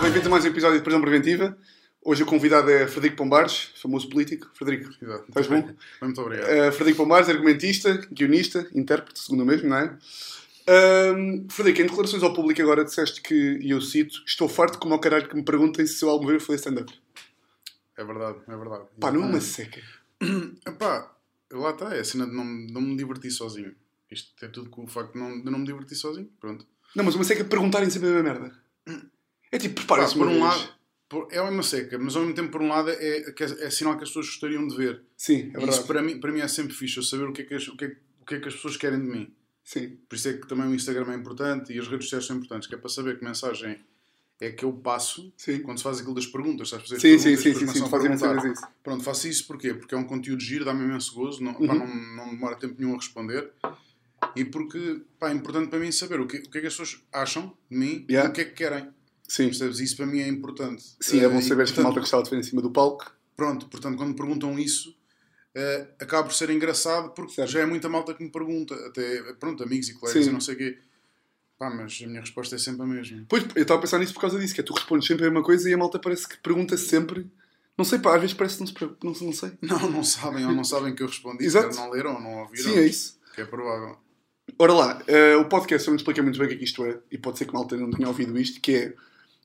Bem-vindos a mais um episódio de Prisão Preventiva. Hoje o convidado é Frederico Pombares, famoso político. Frederico, Exato. estás bom? Muito obrigado. Uh, Frederico Pombares, argumentista, guionista, intérprete, segundo o mesmo, não é? Ahm, Frederico, em declarações ao público agora disseste que, e eu cito, estou farto como ao caralho que me perguntem se eu alguma vez falei stand-up. É verdade, é verdade. Pá, não é uma seca. Epá, lá está, é a cena de não, não me divertir sozinho. Isto tem tudo com o facto de não, de não me divertir sozinho. Pronto. Não, mas uma seca perguntarem sempre a mesma merda. É tipo, Pá, preparem-se por um uma vez. lado, por- é uma seca, mas ao mesmo tempo, por um lado, é, que é- é sinal que as pessoas gostariam de ver. Sim, é E isso verdade. para mim, para mim é sempre fixe, eu saber o que, é que as, o, que é, que- o que é que as pessoas querem de mim. Sim, Por isso é que também o Instagram é importante e as redes sociais são importantes, que é para saber que mensagem é que eu passo sim. quando se faz aquilo das perguntas. Sabes, fazer as Sim, sim, perguntas, sim, sim, depois sim, começam a fazem muitas perguntar. vezes isso. Pronto, faço isso porquê? Porque é um conteúdo giro, dá-me imenso gozo, não, Uhum. pá, não, não demora tempo nenhum a responder. E porque pá, é importante para mim saber o que, o que é que as pessoas acham de mim Yeah. e o que é que querem. Sim, Percebes? Isso para mim é importante. sim, é bom Eh, e, saber que a portanto, malta gostava de ver em cima do palco. Pronto, portanto, quando me perguntam isso, eh, acaba por ser engraçado porque Certo. já é muita malta que me pergunta, até pronto, amigos e colegas Sim. e não sei o quê. Pá, mas a minha resposta é sempre a mesma. Pois, eu estava a pensar nisso por causa disso, que é tu respondes sempre a mesma coisa e a malta parece que pergunta sempre. Não sei, pá, às vezes parece que não se preocupa, não, não sei. Não, não sabem ou não sabem que eu respondi, Exato. quer não leram ou não ouviram, Sim, é isso. que é provável. Ora lá, eh, o podcast eu não expliquei muito bem o que é que isto é, e pode ser que malta não tenha ouvido isto, que é.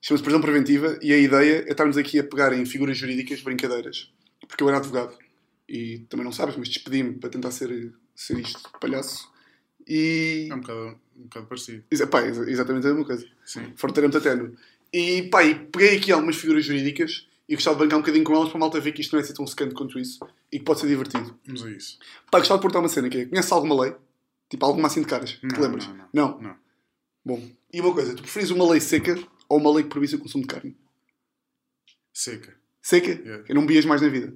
Chama-se prisão preventiva e a ideia é estarmos aqui a pegar em figuras jurídicas brincadeiras. Porque eu era advogado e também não sabes, mas despedi-me para tentar ser, ser isto, palhaço. E. É um bocado, um bocado parecido. exa- Pá, exa- exatamente a mesma coisa. Sim. Forteirão Tatano. E pá, e peguei aqui algumas figuras jurídicas e gostava de bancar um bocadinho com elas para a malta ver que isto não é assim tão secante quanto isso e que pode ser divertido. Vamos a isso. Pá, gostava de portar uma cena que é, conheces alguma lei? Tipo, alguma assim de caras, que Não, te lembras? não, não. Não. Bom, e uma coisa, tu preferes uma lei seca ou uma lei que proíbe o consumo de carne? Seca. Seca? Yeah. Eu não bebias mais na vida.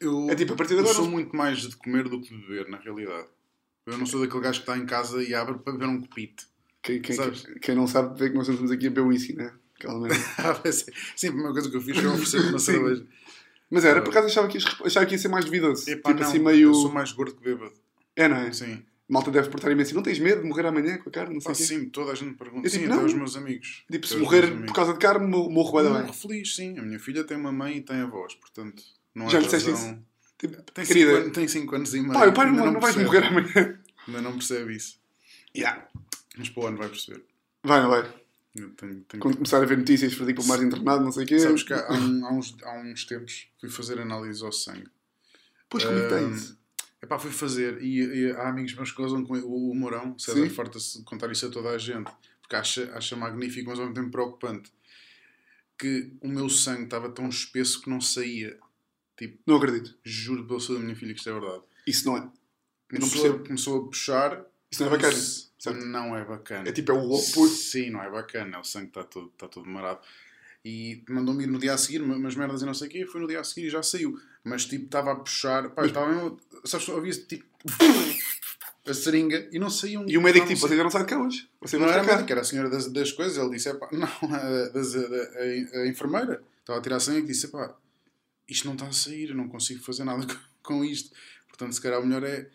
Eu, É tipo, a partir de agora eu sou não- muito mais de comer do que de beber, na realidade. Eu não sou daquele gajo que está em casa e abre para beber um copito. Quem, quem, Sabes? quem não sabe vê que nós estamos aqui a beber whisky, né? Aquela merda. Ah, é Sempre a primeira coisa que eu fiz foi oferecer uma Sim. cerveja. Mas era, por acaso achava que, ias- achava que ia ser mais duvidoso. Epá, tipo não, assim, meio. Eu sou mais gordo que bêbado. É, não é? Ah, Sim. Malta deve portar imenso. assim, Não tens medo de morrer amanhã com a carne? Não sei Pá, o quê. sim, toda a gente pergunta. Eu sim, tipo, até não. os meus amigos. Tipo, se Até os meus morrer amigos. por causa de carne, mo- morro bué da Morro bem. feliz, sim. A minha filha tem uma mãe e tem avós, portanto... Não Já há disseste razão- Tipo, Tem cinco, querida, anos, tem cinco anos e meio. pá, o pai ainda não, não vais percebe. morrer amanhã. Ainda não percebe isso. Yeah. Mas para o ano vai perceber. Vai, não vai. Eu tenho- tenho Quando começar a ver notícias, Frederico para o mar internado, não sei o quê. Sabes que há, há um- há uns, há uns tempos fui fazer análise ao sangue. Pois, como é que Ah, tens? Epá, fui fazer e, e há amigos meus que gozam com o, o Mourão, César Sim. farta-se de contar isso a toda a gente, porque acha, acha magnífico, mas ao mesmo tempo preocupante, que o meu sangue estava tão espesso que não saía. Não acredito. Juro pelo sou da minha filha que isto é verdade. Isso não é. Eu não Começou, percebo. começou a puxar. Isso não é bacana. certo? Isso Não é bacana. É tipo, é o oposto. Sim, não é bacana, o sangue está todo, está todo marado. E mandou-me ir no dia a seguir, ma- umas merdas e não sei o quê, foi no dia a seguir e já saiu. Mas tipo, estava a puxar, pá, eu estava mesmo. Sabes, ouvia tipo. a seringa e não saía um. E o médico, não tipo, saía- você já não sabe de cá hoje. Você Não vai era para cá. médico, era a senhora das, das coisas, ele disse, epá, não, a, das, a, a- a enfermeira. Estava a tirar a sangue e disse, epá, isto não está a sair, eu não consigo fazer nada com, com isto. Portanto, se calhar o melhor é.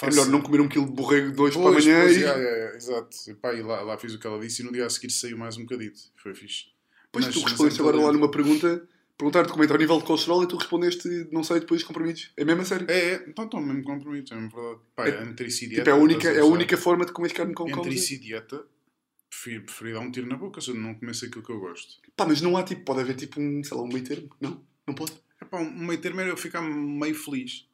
É melhor não comer um quilo de borrego de hoje para amanhã Pois, e... é, é, é, exato. E, pá, e lá, lá fiz o que ela disse e no dia a seguir saiu mais um bocadito. Foi fixe. Pois Mas- tu mas respondeste é agora lá totalmente- numa pergunta, perguntar-te como é que está o nível de colesterol e tu respondeste, não sei, depois dos compromissos. É mesmo a sério. É, é, então estou mesmo comprometido, é mesmo verdade. Pá, é, antricidieta. Tipo, é a única, estás é a usar. única forma de comer carne com colesterol. Antricidieta, prefiro, prefiro dar um tiro na boca se eu não comesse aquilo que eu gosto. Pá, mas não há tipo, pode haver tipo um, sei lá, um meio termo. Não, não pode. É pá, um meio termo era eu ficar meio feliz.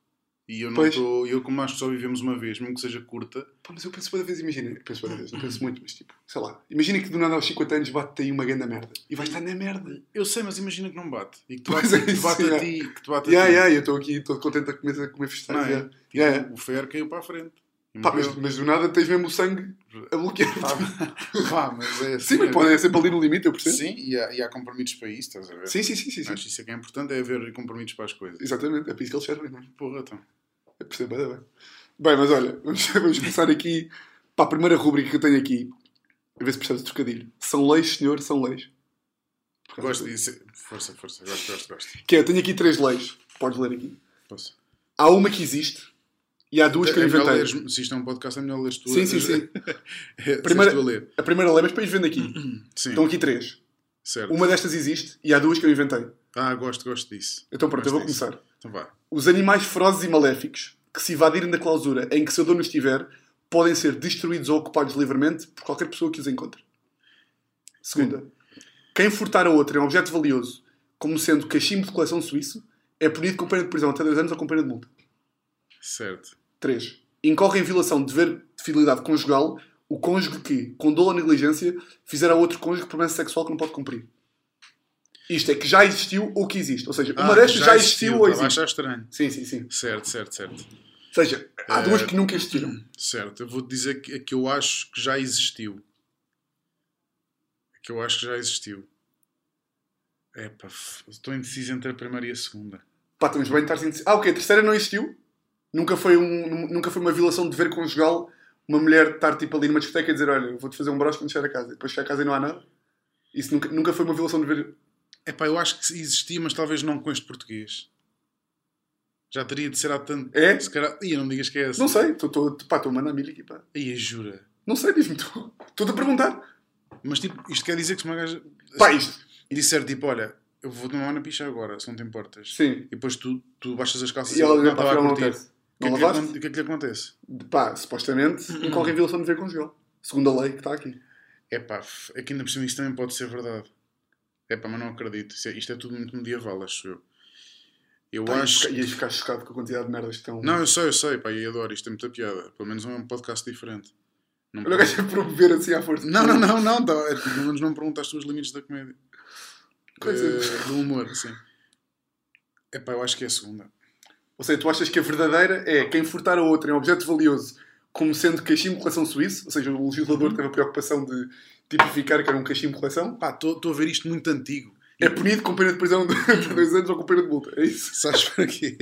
E eu não Pois. estou, eu como acho que só vivemos uma vez, mesmo que seja curta, Pá, mas eu penso cada vez, imagina, eu penso cada vez, não penso muito, mas tipo, sei lá, imagina que do nada aos 50 anos bate-te aí uma grande merda e vais estar na merda. eu sei, mas imagina que não bate. E que tu Pois bate, é, que te bate isso, a ti, que te bate Yeah, a ti. yeah, eu estou aqui, estou contente a comer, a comer festejos. Não é? yeah. Tipo, Yeah, yeah. O fer caiu para a frente. E Pá, mas, morreu. mas do nada tens mesmo o sangue a bloquear. Pá, pá, mas é assim. Sim, mas Tá é- podem ser ali no limite, eu percebo. Sim, e há, e há compromissos para isso, estás a ver? Sim, sim, sim, sim. sim. Acho que isso é que é importante, é haver compromissos para as coisas. Exatamente, é para isso que eles servem, não é? Porra, então. Eu percebo, bem, bem. Bem, mas olha, vamos, vamos começar aqui para a primeira rúbrica que eu tenho aqui. A ver se percebes o trocadilho. São leis, senhor, são leis. Por causa Gosto do- disso. Força, força. Gosto, gosto, gosto. Que é, tenho aqui três leis. Podes ler aqui. Posso. Há uma que existe e há duas que eu É melhor inventei. leres- se isto é um podcast, é melhor leres tu. Sim, sim, sim. É, se és Uhum. Primeira- Então, tu a ler. A primeira lei, mas depois vendo aqui. Sim. Estão aqui três. Certo. Uma destas existe e há duas que eu inventei. Ah, gosto, gosto disso. Então pronto, Gosto eu vou disso. começar. Então vá. Os animais ferozes e maléficos que se evadirem da clausura em que seu dono estiver podem ser destruídos ou ocupados livremente por qualquer pessoa que os encontre. Segunda. Quem furtar a outra em um objeto valioso, como sendo cachimbo de coleção suíço, é punido com pena de prisão até 2 anos ou com pena de multa. Certo. 3. Incorre em violação de dever de fidelidade conjugal o cônjuge que, com dolo ou negligência, fizer a outro cônjuge promessa sexual que não pode cumprir. Isto é que já existiu ou que existe. Ou seja, uma Ah, destas já existiu, tá ou estava a existe. achar estranho. Sim, sim, sim. Certo, certo, certo. Ou seja, há duas que nunca existiram. Certo, eu vou dizer que, que eu acho que já existiu. É Que eu acho que já existiu. Epá, f- estou indeciso entre a primeira e a segunda. Pá, estamos bem estar Ah, ok, a terceira não existiu. Nunca foi, um, nunca foi uma violação de dever conjugal uma mulher estar tipo ali numa discoteca e dizer: Olha, vou-te fazer um broche quando chegar a casa. Depois chegar a casa e não há nada. Isso nunca, nunca foi uma violação de dever. Epá, eu acho que existia, mas talvez não com este português. Já teria de ser há tanto. É? Se calhar... Ih, não me digas que é essa. Não sei, estou- estou pá, estou a mandar milho aqui, pá. Aí, jura. Não sei, diz-me tu. Estou-te a perguntar. Mas tipo, isto quer dizer que se uma gaja. Pá, isto. Disser tipo, olha, eu vou tomar uma picha agora, se não te importas. Sim. E depois tu, tu baixas as calças E ela olha não, para estava a não curtir. acontece. O que, Não é que, lhe acon- lavaste? o que Hum, é que lhe acontece? Pá, supostamente incorre em violação de dever conjugal. Segundo a lei que está aqui. É pá, é que ainda por cima isso também pode ser verdade. É pá, mas não acredito. Isto é, isto é tudo muito medieval, acho eu. Eu Pá, ias acho. ficar- Ias ficar chocado com a quantidade de merdas que estão. Não, eu sei, eu sei, pá, e adoro. Isto é muita piada. Pelo menos é um podcast diferente. Não, Olha o gajo a promover assim à força. não, não, não, não. Tá, é, pelo menos não perguntaste os limites da comédia. Coisa. Eh, do humor, sim. É pá, eu acho que é a segunda. Ou seja, tu achas que a verdadeira é quem furtar a outra em objeto valioso, como sendo cachimbo de coleção suíço, ou seja, o Uhum. legislador teve a preocupação de tipificar que era um cachimbo de coleção, Pá, estou a ver isto muito antigo. é punido com pena de prisão de de dois anos ou com pena de multa. É isso? Sabes porquê?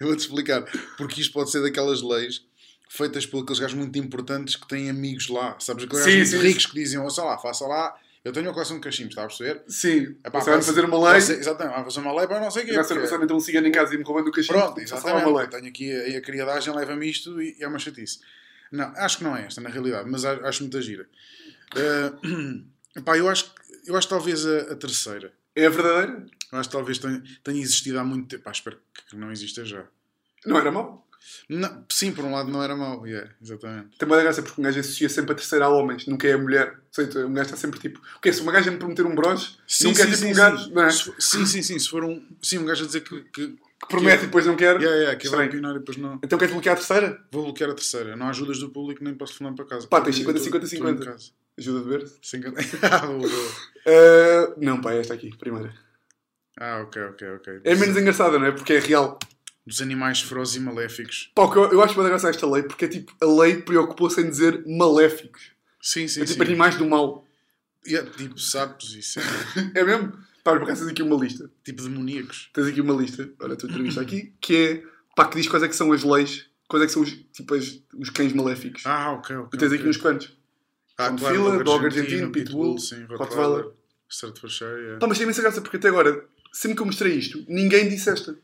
Eu vou-te explicar. Porque isto pode ser daquelas leis feitas por aqueles gajos muito importantes que têm amigos lá. Sabes? Aqueles Sim, gajos sim, muito ricos que diziam, ouça lá, faça lá. Eu tenho a coleção de cachimbos, está a perceber? Sim. Epá, Você vai faça- fazer uma lei, Você- exatamente, vai fazer uma lei para não sei o quê. vai ser porque- passar um cigano em casa e me roubando o cachimbo. tipo, Pronto, faça lá exatamente. é uma lei. Tenho aqui a, a criadagem, leva-me isto e é uma chatice. Não, acho que não é esta, na realidade, mas a- acho muita gira. Eh, pá, eu acho, que- eu acho talvez a- a terceira. É a verdadeira? Eu acho que talvez tenha, tenha existido há muito tempo. Pá, espero que não exista já. Não era mau. Não, sim, por um lado não era mau, yeah, exatamente. Também da graça, porque um gajo associa sempre a terceira a homens, nunca é a mulher. Ou seja, um gajo está sempre tipo. O quê? Se uma gaja me prometer um broche, nunca é tipo um gajo, não é? Se for- Sim, sim, sim. Se for um, sim, um gajo a dizer que, que, é, Que promete e depois não quer. yeah, yeah, que vai Estranho. opinar e depois não. Então queres bloquear a terceira? Vou bloquear a terceira. Não há ajudas do público nem posso telefonar para casa. Pá, tens Eu 50, tô- 50, tô em 50. casa. Ajuda de ver? 50. Ah, boa, boa. Uh, não, pá, é esta aqui, primeira. ah, ok, ok, ok. É menos engraçada, não é? Porque é real. Dos animais ferozes e maléficos. Pá, o que eu, eu acho que graça a esta lei, porque é tipo, a lei preocupou-se em dizer maléficos. Sim, sim, É sim. tipo animais do mal. Yeah, tipo sapos e sim. É mesmo? Pá, por acaso tens aqui uma lista. tipo demoníacos. Tens aqui uma lista, olha a tua entrevista aqui, que é, pá, que diz quais é que são as leis, quais é que são os, tipo, as- os cães maléficos. Ah, ok, ok. tu tens aqui ok. uns quantos. Ah, Rottweiler, claro, Dog Argentino, Pitbull, sim, Rottweiler. Tá. Rottweiler. Staffordshire, yeah. Pá, mas tem imensa graça, porque até agora, sempre que eu mostrei isto, ninguém disse esta.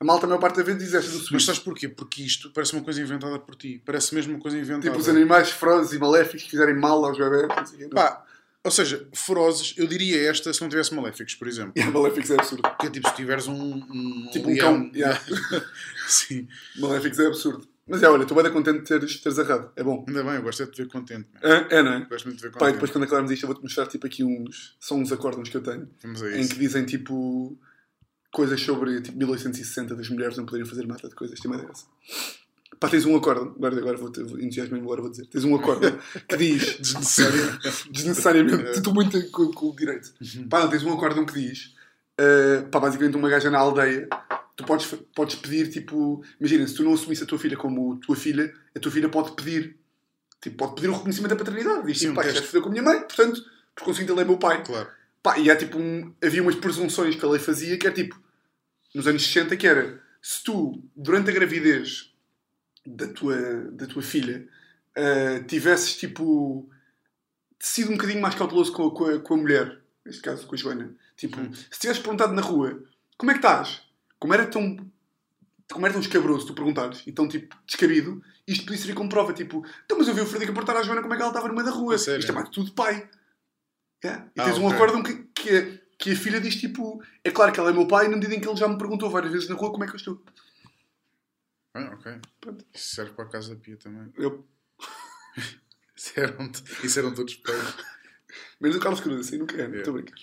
A malta, a maior parte da vez, diz esta Tipo, do Mas suíço. sabes porquê? Porque isto parece uma coisa inventada por ti. Parece mesmo uma coisa inventada. Tipo, os animais ferozes e maléficos que fizerem mal aos bebés. não sei o quê. Pá, ou seja, ferozes, eu diria esta se não tivesse maléficos, por exemplo. E a maléficos é absurdo. Porque tipo, se tiveres um. um Tipo um cão, yeah. Yeah. Sim, Maléficos é absurdo. Mas é, olha, estou bem contente de teres, teres errado. É bom. ainda bem, eu gosto é de te ver contente. Man. É, é, não é? Gosto muito de te ver Pá, e contente. depois quando acabarmos isto eu vou-te mostrar tipo aqui uns... São uns acórdons que eu tenho. Vamos a Em É isso. que dizem tipo... Coisas sobre tipo 1860 das mulheres não poderem fazer nada de coisas. Tem uma dessa. Pá, tens um acórdão. Agora, agora vou, vou entusiasmo-me agora vou dizer. Tens um acórdão que diz... Desnecessário. Desnecessariamente. É. Estou muito com, com o direito. Uhum. Pá, não, tens um acórdão que diz... eh, pá, basicamente uma gaja na aldeia... Tu podes, fa- podes pedir, tipo... Imagina, se tu não assumisse a tua filha como tua filha, a tua filha pode pedir... Tipo, pode pedir o reconhecimento da paternidade. Diz, Sim, tipo, um pá, isto teste. já se fodeu com a minha mãe, portanto... Por conseguinte, ele é meu pai. claro. Pá, e há tipo um, havia umas presunções que a lei fazia que é tipo, nos anos 60, que era se tu, durante a gravidez da tua, da tua filha, ah, tivesses tipo sido um bocadinho mais cauteloso com a, com a, com a mulher, neste caso com a Joana, tipo, Hum. se tivesses perguntado na rua como é que estás, como era tão. Como era tão escabroso tu perguntares e tão tipo descabido, isto podia ser como prova, tipo, então, mas eu vi o Frederico a perguntar à Joana como é que ela estava no meio da rua. A sério? Isto é mais tudo pai. Yeah. E Ah, tens um ok. acórdão que, que, é- que a filha diz tipo. É claro que ela é meu pai, na medida em que ele já me perguntou várias vezes na rua como é que eu estou. Ah, ok. Pronto. Isso serve para a casa da pia também. Eu, Isso eram, isso eram todos peitos. menos o Carlos Cruz, assim não quero, Yeah. estou a brincar.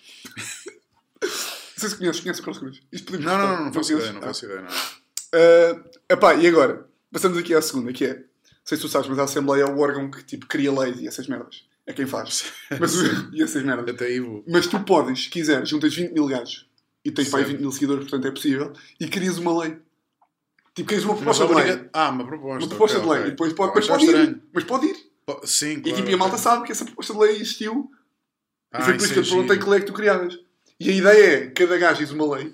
Não sei se conheces, conheces o Carlos Cruz. Isto podemos Não, não, cortar. não, não faço conheces? ideia, não Ah. faço ideia, não. Ah, epá, e agora? Passamos aqui à segunda, que é. Não sei se tu sabes, mas a Assembleia é o órgão que tipo, cria leis e essas merdas. É quem faz. Mas, e essas merdas. Ah. Até aí vou. Mas tu podes, se quiseres, juntas 20 mil gajos e tens para aí Certo. 20 mil seguidores, portanto é possível, e crias uma lei. Tipo, crias uma Mas proposta de lei. obriga- Ah, uma proposta. Uma proposta ok, de lei. ok. E depois pode, Ah, mas já pode ir. estranho. Mas pode ir. Po- Sim, E claro. tipo, e a malta ok. sabe que essa proposta de lei existiu e Ah, foi por isso que eu te é perguntei giro. que lei é que tu criavas. E a ideia é, cada gajo diz uma lei.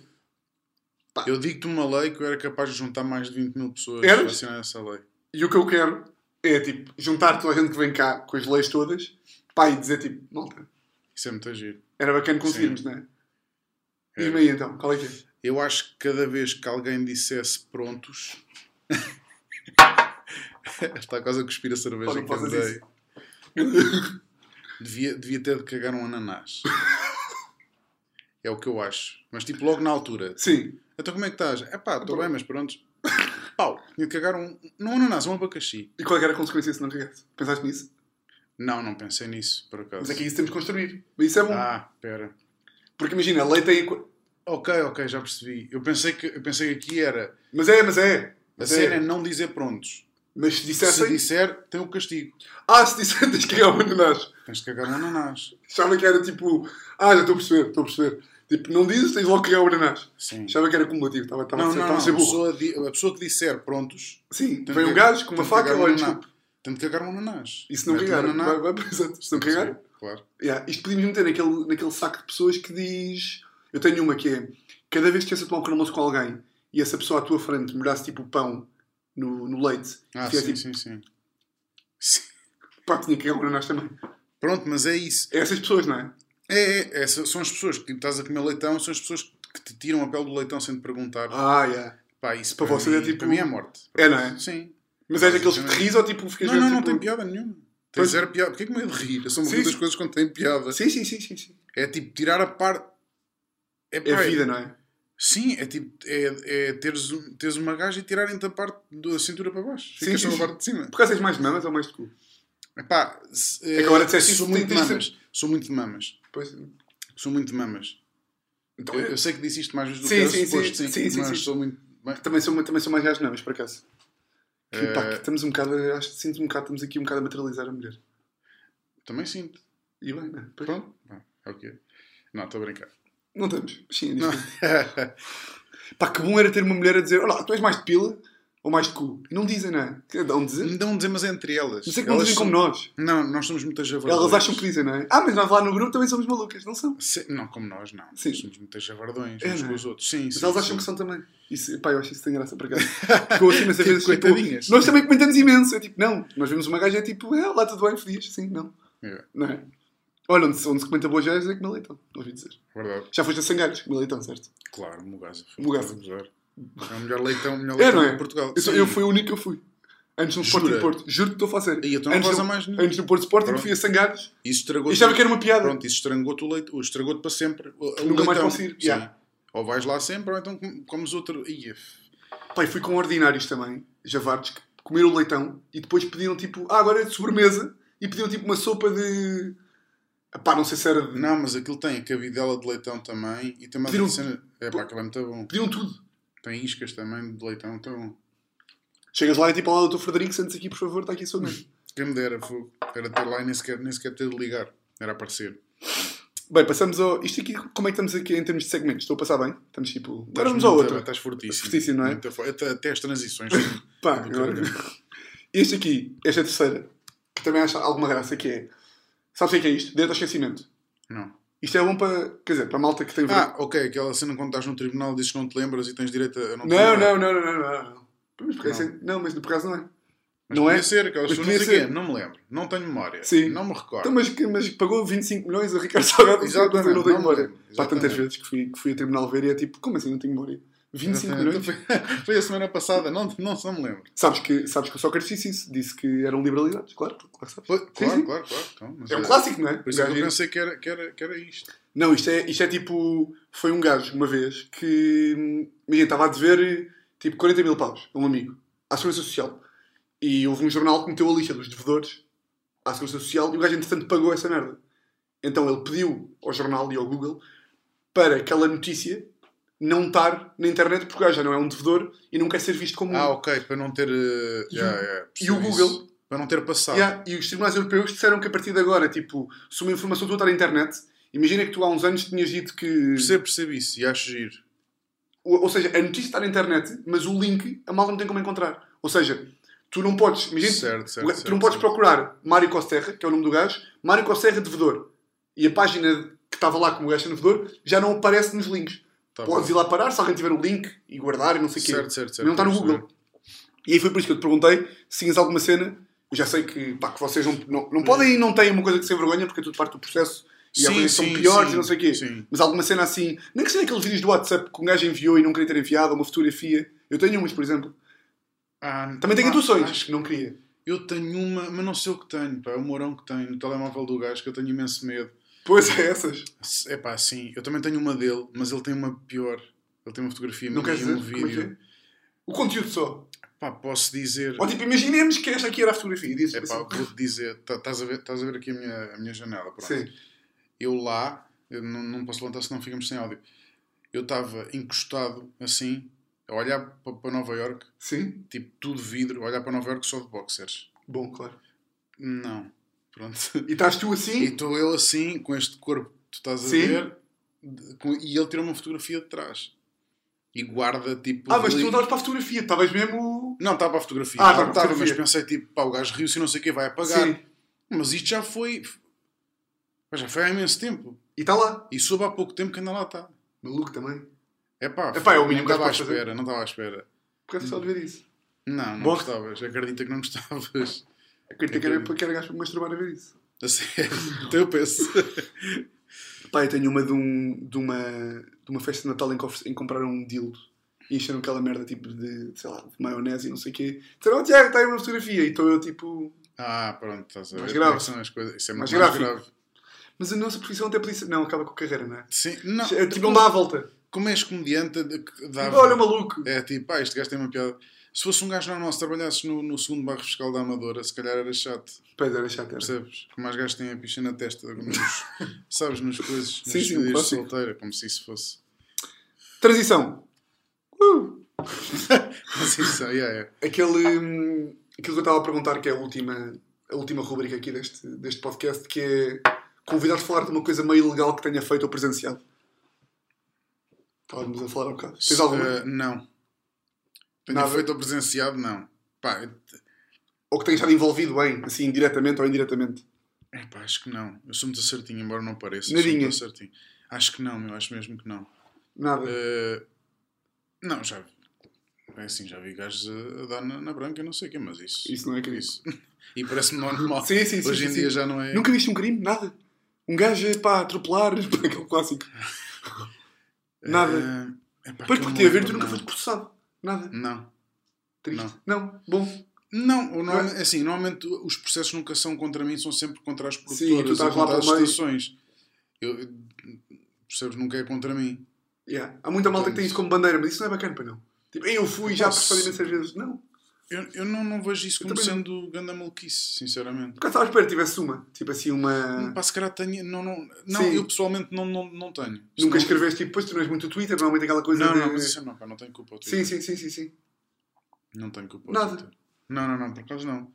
Eu digo-te uma lei que eu era capaz de juntar mais de 20 mil pessoas Eras? para assinar essa lei. E o que eu quero é, tipo, juntar toda a gente que vem cá com as leis todas, pá, e dizer, tipo, malta, Isso é muito giro. era bacana conseguirmos, não é? É. Diz-me aí então, qual é que é? Eu acho que cada vez que alguém dissesse prontos. Está quase a cuspir a cerveja Olha, que eu posso lhe dizer dei. Devia, devia ter de cagar um ananás. é o que eu acho. Mas tipo, logo na altura. Sim. Então como é que estás? É pá, estou bem, mas pronto. Pau, tinha de cagar um. Não um ananás, um abacaxi. E qual é que era a consequência se não cagasse? Pensaste nisso? Não, não pensei nisso, por acaso. Mas é que isso temos de construir. Mas isso é bom. Ah, pera. Porque imagina, a lei tem... equa- Ok, ok, já percebi. Eu pensei que, eu pensei que aqui era. Mas é, mas é. A Mas, cena é é. não dizer prontos. mas se Se dissessem... disser, tem o castigo. Ah, se dissessem, tens que cagar o ananás. Tens de cagar um ananás. Achava que era tipo, ah, já estou a perceber, estou a perceber. Tipo, não dizes, tens logo que cagar o ananás. Sim. Achava que era cumulativo, estava estava a Não, ser, não, estava não. a A ser burro. pessoa, di- a pessoa que disser prontos. Sim, tem vem de um ca- gajo com uma tem de faca, cagar um olha, ananás. desculpa. Tem de cagar um ananás. E se não Mete um cagar, ananás. vai, vai, exato, se não Sim, cagar. Claro. Yeah, Isto podíamos meter naquele, naquele saco de pessoas que diz. Eu tenho uma que é: cada vez que estivesse a tomar um pequeno almoço com alguém e essa pessoa à tua frente molhasse tipo pão no, no leite, Ah, que é sim, tipo, sim, sim, Sim. pá, tinha que cagar o ananás também. Pronto, mas é isso. É essas pessoas, não é? É, é, é, são são as pessoas que tipo, estás a comer leitão, são as pessoas que te tiram a pele do leitão sem te perguntar. Ah, yeah. Pá, isso Para para, você mim, é tipo- Para mim é morte. É, não é? Sim. Mas és daqueles que te rires ou tipo ficas Não, não, mesmo, não tipo... tem piada nenhuma. Tem Pois. zero piada. Porquê que me é de rir? Eu sou Sim, morrido das sim. coisas quando tem piada. Sim, sim, sim, sim. sim. É tipo tirar a parte. É pá, a vida, não é? Sim, é tipo. É, é teres, um- teres uma gaja e tirarem-te a parte da cintura para baixo. Sim, Ficas sim, só a sim. parte de cima. Por causa és mais de mamas ou mais de cu? Epá, se- É eh, que agora disseste sou isso, muito de tens- mamas. Sou muito de mamas. Pois. Sou muito de mamas. Então, Eu, eu eu sei que disse isto mais vezes do Sim, que era sim, suposto, sim. sim, Sim, sim, mas sim. sou muito... Bem, também, sou, também sou mais gajo de mamas, por acaso. Que, pá, Eh, que estamos um bocado. Acho que sinto um bocado, estamos aqui um bocado a materializar a mulher. também sinto. E bem, não é? Pois. Pronto? Não, é o que é. Não, estou a brincar. Não estamos. Sim, é diferente. Pá, que bom era ter uma mulher a dizer: Olha lá, tu és mais de pila ou mais de cu? E não dizem, não é? Que Dão dizer. Me dão dizer, mas é entre elas. Não sei que não dizem são- como nós. Não, nós somos muitas javardões. Elas acham que dizem, não é? Ah, mas nós lá no grupo também somos malucas, não são? Se- Não, como nós, não. Sim. Somos muitas javardões, É, uns não com é? os outros. Sim, Mas sim, elas acham sim. que são também. Isso, pá, eu acho isso tem graça para cá. Porque eu ouço imensas vezes tipo, Coitadinhas. Nós também comentamos imenso. É tipo, não. Nós vemos uma gaja é tipo, é, lá tudo bem, feliz. Sim, não. É, Não é? Olha, onde se, onde se comenta boas gajas é que me leitam. Ouvi dizer. verdade. Já foste a Sangalhos, Militão, certo? Claro, um Mugasa. Mugasa. É o melhor leitão, o melhor É, leitão não é? de Portugal. Eu, sou- Sim. eu fui o único que eu fui. Antes no Sporting Jura? Porto. Juro que estou a fazer. E eu tô- não antes, faz a do, mais nenhum. antes do Porto Sporting Pronto. fui a Sangalhos Isso e estragou achava que era uma piada. Pronto, isso estragou-te o leite, o estragou-te para sempre. O, o Nunca mais leitão. posso ir. Sim. Yeah. Ou vais lá sempre, ou então com- comes outro. Ia, f- Pai, fui com ordinários também, javardes, que comeram o leitão e depois pediram tipo, ah, agora é de sobremesa e pediram tipo uma sopa de. "Ah, Pá, não sei se era de. Não, mas aquilo tem a cabidela de leitão também e tem mais Pediram- uma cena. É pá, aquilo é muito bom. Pediram tudo. Tem iscas também de leitão, muito bom. Chegas lá e tipo, olá, doutor Frederico, sentes aqui, por favor, está aqui a sua mãe. Quem me dera, fogo. Era ter lá e nem sequer, nem sequer ter de ligar. Era aparecer. Bem, passamos ao. Isto aqui, como é que estamos aqui em termos de segmentos? Estou a passar bem? Estamos tipo. Agora Estás vamos ao muito- outro. Estás fortíssimo. Fortíssimo, não é? Muito fo- Até, até as transições. Pá, Do agora- caralho. Este aqui, esta terceira, que também acho alguma graça, que é. Sabes o que é que é isto? Dentro ao esquecimento. não. Isto é bom para. Quer dizer, para a malta que tem. vergonha. Ah, ok, aquela cena quando estás no tribunal dizes que não te lembras e tens direito a não te não, lembrar. não, não, não, não, não, não. Mas por acaso- não, mas por acaso não é. Mas não podia é? ser, aquelas Mas pessoas podia não sei ser. quê, não me lembro, não tenho memória, Sim. não me recordo. Então, mas, que- mas pagou 25 milhões a Ricardo Salgado Exatamente, eu não tenho não memória. lembro. Pá, tantas Exatamente. vezes que fui, que fui a terminal ver e é tipo, como assim não tenho memória? 25 Exatamente. milhões? Foi- Foi a semana passada, não, não se não me lembro. Sabes que, sabes que o Sócrates disse isso, disse que eram liberalidades, claro, claro que sabes. Claro, Sim, sim. claro, claro. Então, mas É um clássico, não é? Por isso é que eu Gajo- pensei que era, que era, que era isto. Não, isto é, isto é tipo. Foi um gajo uma vez que. hum, Imagina, estava a dever tipo 40 mil paus a um amigo, à Segurança Social. E houve um jornal que meteu a lista dos devedores à Segurança Social e o gajo, entretanto, pagou essa merda. Então ele pediu ao jornal e ao Google para aquela notícia não estar na internet porque o gajo já não é um devedor e não quer ser visto como um. Ah, ok, para não ter. eh, E o- yeah, yeah, e o percebi Google? isso. Para não ter passado. Yeah, e os tribunais europeus disseram que a partir de agora, tipo, se uma informação tua está na internet, imagina que tu há uns anos tinhas dito que. Percebo, percebo isso e acho giro. Ou, ou seja, a notícia está na internet, mas o link a malta não tem como encontrar. Ou seja, tu não podes, imagina, certo, o certo. ga- tu certo, não podes certo. procurar Mário Costerra, que é o nome do gajo, Mário Costerra devedor. E a página que estava lá como gajo devedor já não aparece nos links. Tá podes ir lá parar se alguém tiver o link e guardar e não sei o quê. Certo, certo, certo. é. não está no estou a Google. E aí foi por isso que eu te perguntei se tinhas alguma cena. Eu já sei que, pá, que vocês não, não, não podem e não têm uma coisa que se vergonha porque é tudo parte do processo e há Sim, coisas que sim, são piores sim, e não sei o quê. sim. Mas alguma cena assim, nem que seja aqueles vídeos do WhatsApp que um gajo enviou e não queria ter enviado, uma fotografia. Eu tenho umas, por exemplo. Ah, Também tenho pá, intuições acho- que não queria. Eu tenho uma, mas não sei o que tenho, pá. É o Mourão que tenho, no telemóvel do gajo, que eu tenho imenso medo. Pois é, essas. É pá, sim. Eu também tenho uma dele, mas ele tem uma pior. Ele tem uma fotografia Não minha queres e dizer? um Como é que vídeo. é? O conteúdo só. Pá, posso dizer. Ou tipo, imaginemos que esta aqui era a fotografia. E dizes É pá, assim, vou-te dizer, tá, estás a, ver- tás a ver aqui a minha, a minha janela, pronto. Sim. Eu lá, eu não, não posso levantar senão ficamos sem áudio. Eu estava encostado, assim, a olhar para, Nova York, Sim? tipo tudo vidro, a olhar para Nova York só de boxers. Bom, claro. Não, pronto. E estás tu E assim? estou eu assim, com este corpo que tu estás a Sim. ver, de- com- e ele tirou uma fotografia de trás. E guarda, tipo... Ah, mas tu ali- não estavas para a fotografia. tu Estavas mesmo... Não, estava a fotografia. Ah, Ah, estava a estava, mas fotografia. pensei, tipo, pá, o gajo riu-se e não sei o quê, vai apagar. Sim. Mas isto já foi. pá, Já foi há imenso tempo. E está lá. E soube há pouco tempo que ainda lá está. Maluco também. É pá, Epá, é o mínimo não que estava à se pode fazer. espera, não estava à espera. Por causa só de ver isso. Não, não Bom. gostavas, acredita que não gostavas. Acredito É que era, que era gajo para me masturbar a ver isso. A sério, então eu penso. Pá, eu tenho uma de, um, de uma de uma festa de Natal em que, oferece- em que compraram um dildo e encheram aquela merda tipo de, sei lá, de maionese e não sei o quê. Disseram, oh, Tiago, está aí uma fotografia. E estou eu tipo. Ah, pronto, estás a ver. Mais como é que grave. são as coisas. Isso é Mais muito mais gráfico. grave. Mas a nossa profissão até podia ser. Não, acaba com a carreira, não é? Sim, não. Tá É, tipo, não dá a volta. Como és comediante, de- que dá. Olha, o maluco. É tipo, pá, este gajo tem uma piada. Se fosse um gajo normal, se trabalhasses no, no segundo bairro fiscal da Amadora, se calhar era chato. Pois era chato. Era. Percebes? Como mais gajos têm a picha na testa, nos, sabes, nos coisas, Sim, nos sim, despedidos de clássico. solteira, como se isso fosse. Transição. Uh! Sim, sim, yeah, yeah. Aquele. hum, Aquilo que eu estava a perguntar, que é a última, a última rubrica aqui deste, deste podcast, que é convidar-te a falar de uma coisa meio ilegal que tenha feito ou presenciado. Estávamos a falar há bocado. Tens alguma? Eh, não. Tenho Nada. feito ou presenciado, não. Pá, eu- ou que tenha estado envolvido em, assim, diretamente ou indiretamente. epá, acho que não. Eu sou muito certinho, embora não pareça. Nadinha. Sou muito certinho. Acho que não, meu, acho mesmo que não. Nada. Eh, não, já vi. É assim, já vi gajos a, a dar na, na branca, não sei o quê, mas isso. Isso não é crime. isso. E parece-me normal. Sim, sim, sim. Ah, Hoje em sim, dia sim. já não é. Nunca viste um crime? Nada. Um gajo, pá, atropelar, pá, aquele É, clássico. Eh, nada. epá, Pois é porque que eu me te a ver, tu lembro, nunca não. foste processado. Nada. Não. Triste. Não. Bom. Não, ou Não é? norma- assim, normalmente os processos nunca são contra mim, são sempre contra as tu produtoras estás ou lá contra pelo as meio. estações. Eu, eu- percebes, nunca é contra mim. Yeah. Há muita malta que tem isso como bandeira, mas isso não é bacana para não. Tipo, eu fui já Nossa. processado imensas vezes. Não. Eu, eu não, não vejo isso Eu como também sendo ganda maluquice, sinceramente. Porque eu estava à espera que tivesse uma. Tipo assim, uma... Pá, se calhar tenho. Não, não, não Sim. eu pessoalmente não, não, não tenho. Nunca Senão- escreveste, tipo, pois tu não és muito Twitter, normalmente aquela coisa Não, de... não, mas isso é não, pá, não tenho culpa. ao Sim, Twitter. sim, sim, sim, sim. Não tenho culpa. ao Nada. Twitter. Não, não, não, por acaso não.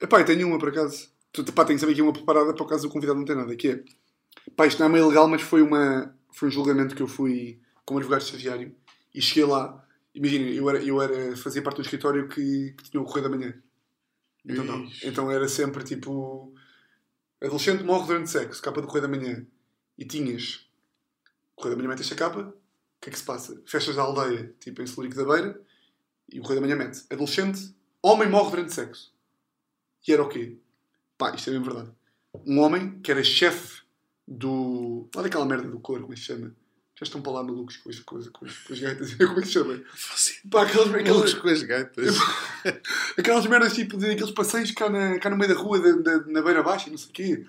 Epá, eu tenho uma por acaso. Tu- Pá, tenho que saber aqui uma preparada para o caso do convidado não ter nada. Que é. Pá, isto não é meio legal, mas foi, uma, foi um julgamento que eu fui como advogado estagiário e cheguei lá. Imagina, eu, era, eu era, fazia parte de um escritório que, que tinha o correio da manhã. Então, não. Ixi. então era sempre tipo. Adolescente morre durante sexo, capa do correio da manhã. E tinhas. Correio da manhã mete esta capa, o que é que se passa? Festas da aldeia, tipo em Celurico da Beira, e o correio da manhã mete. Adolescente, homem morre durante sexo. E era o quê? Pá, isto é bem verdade. Um homem que era chefe do. Olha aquela merda do cor, como é que se chama? Já Já estão para lá malucos com esta coisa, com as, com as gaitas. Como é que se chama? Você- Pá, aquelas, Malucos aquelas, com as gaitas. aquelas merdas tipo de aqueles passeios cá, na, cá no meio da rua, da- da- na beira baixa, e não sei o quê.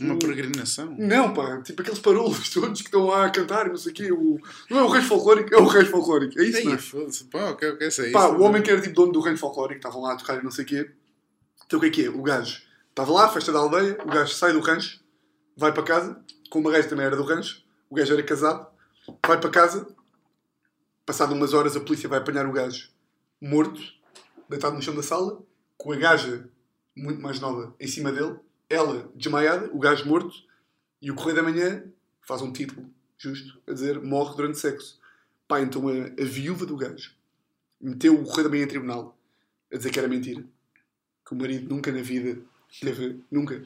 Uma peregrinação. Não, pá, tipo aqueles parolos todos que estão lá a cantar, e não sei o quê. O, não é o rei folclórico, é o rei folclórico. É isso, não Ei, é? foda-se. Pá, ok, é ok, sei. Pá, o homem que era tipo dono do reino folclórico, estavam lá a tocar e não sei o quê. Então o que é que é? O gajo estava lá, festa da aldeia, o gajo sai do rancho, vai para casa, com uma gajo também era do rancho, o gajo era casado, vai para casa, passado umas horas a polícia vai apanhar o gajo morto, deitado no chão da sala, com a gaja muito mais nova em cima dele, ela desmaiada, o gajo morto, e o Correio da Manhã faz um título justo a dizer morre durante sexo. Pá, então a, a viúva do gajo meteu o Correio da Manhã em tribunal a dizer que era mentira. Que o marido nunca na vida teve. Nunca.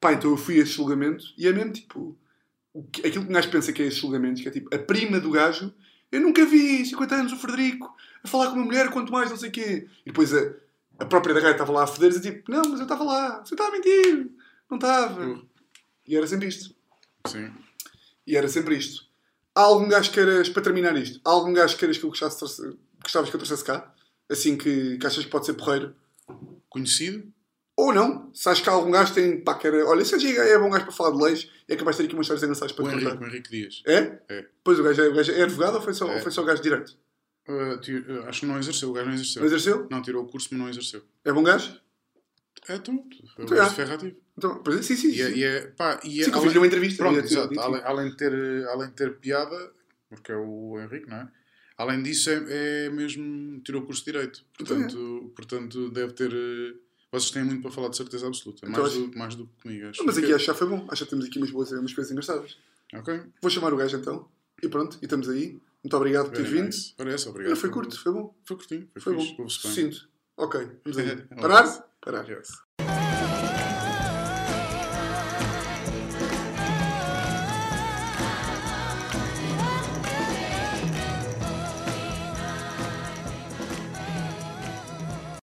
Pá, então eu fui a esse julgamento e é mesmo tipo. o que- Aquilo que um gajo pensa que é esses julgamentos, que é tipo a prima do gajo. Eu nunca vi 50 anos o Frederico a falar com uma mulher, quanto mais não sei o quê. E depois a, a própria da gaja estava lá a foder e tipo: Não, mas eu estava lá, você está a mentir. Não estava. E era sempre isto. é? Sim. E era sempre isto. Há algum gajo que queiras, para terminar isto, há algum gajo que queiras que eu gostasse, de trazer- gostavas que eu trouxesse cá? Assim que, que achas que pode ser porreiro? Conhecido? Ou não? Se achas que há algum gajo que tem, pá, que era, olha, esse gajo é bom gajo para falar de leis, é capaz de ter aqui umas histórias engraçadas para O te Henrique, contar. o Henrique Dias. É? É. Pois o gajo é, o gajo é advogado ou foi só, É. ou foi só gajo de direito? Ah, ti- ah, acho que não exerceu, o gajo não exerceu. Não exerceu? Não, tirou o curso, mas não exerceu. É É bom gajo? tudo. É o Tu gajo é. de ferrativo. Então, pois é, sim, sim. E é, sim. e é, pá, e é, Sim, que eu além- fiz-lhe uma entrevista. Pronto, Eu tinha- exato. eu tinha- Além, além de ter, além de ter piada, porque é o Henrique, não é? Além disso, é, é mesmo. tirou o curso de Direito. Então é. Portanto, portanto, deve ter. eh, Vocês têm muito para falar de certeza absoluta. Então Mais, acho- do, mais do que comigo, acho. Não, Mas aqui acho que já foi bom. Acho que temos aqui umas boas umas coisas engraçadas. Ok. Vou chamar o gajo então. E pronto, e estamos aí. Muito obrigado por ter Very vindo. nice. Ora, essa, É, obrigado. Não, foi curto, foi bom. Foi curtinho. Foi, Foi foi bom. fixe. Houve-se bem. Sinto. Ok, vamos aí. Vamos. Parar? Parar. Yes.